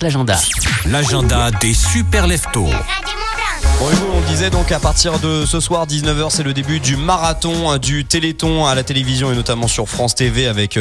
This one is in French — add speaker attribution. Speaker 1: L'agenda.
Speaker 2: L'agenda des super leftos.
Speaker 3: Bon, et vous, on le disait donc à partir de ce hein, soir 19h, c'est le début du marathon euh, du Téléthon à la télévision et notamment sur France TV avec euh,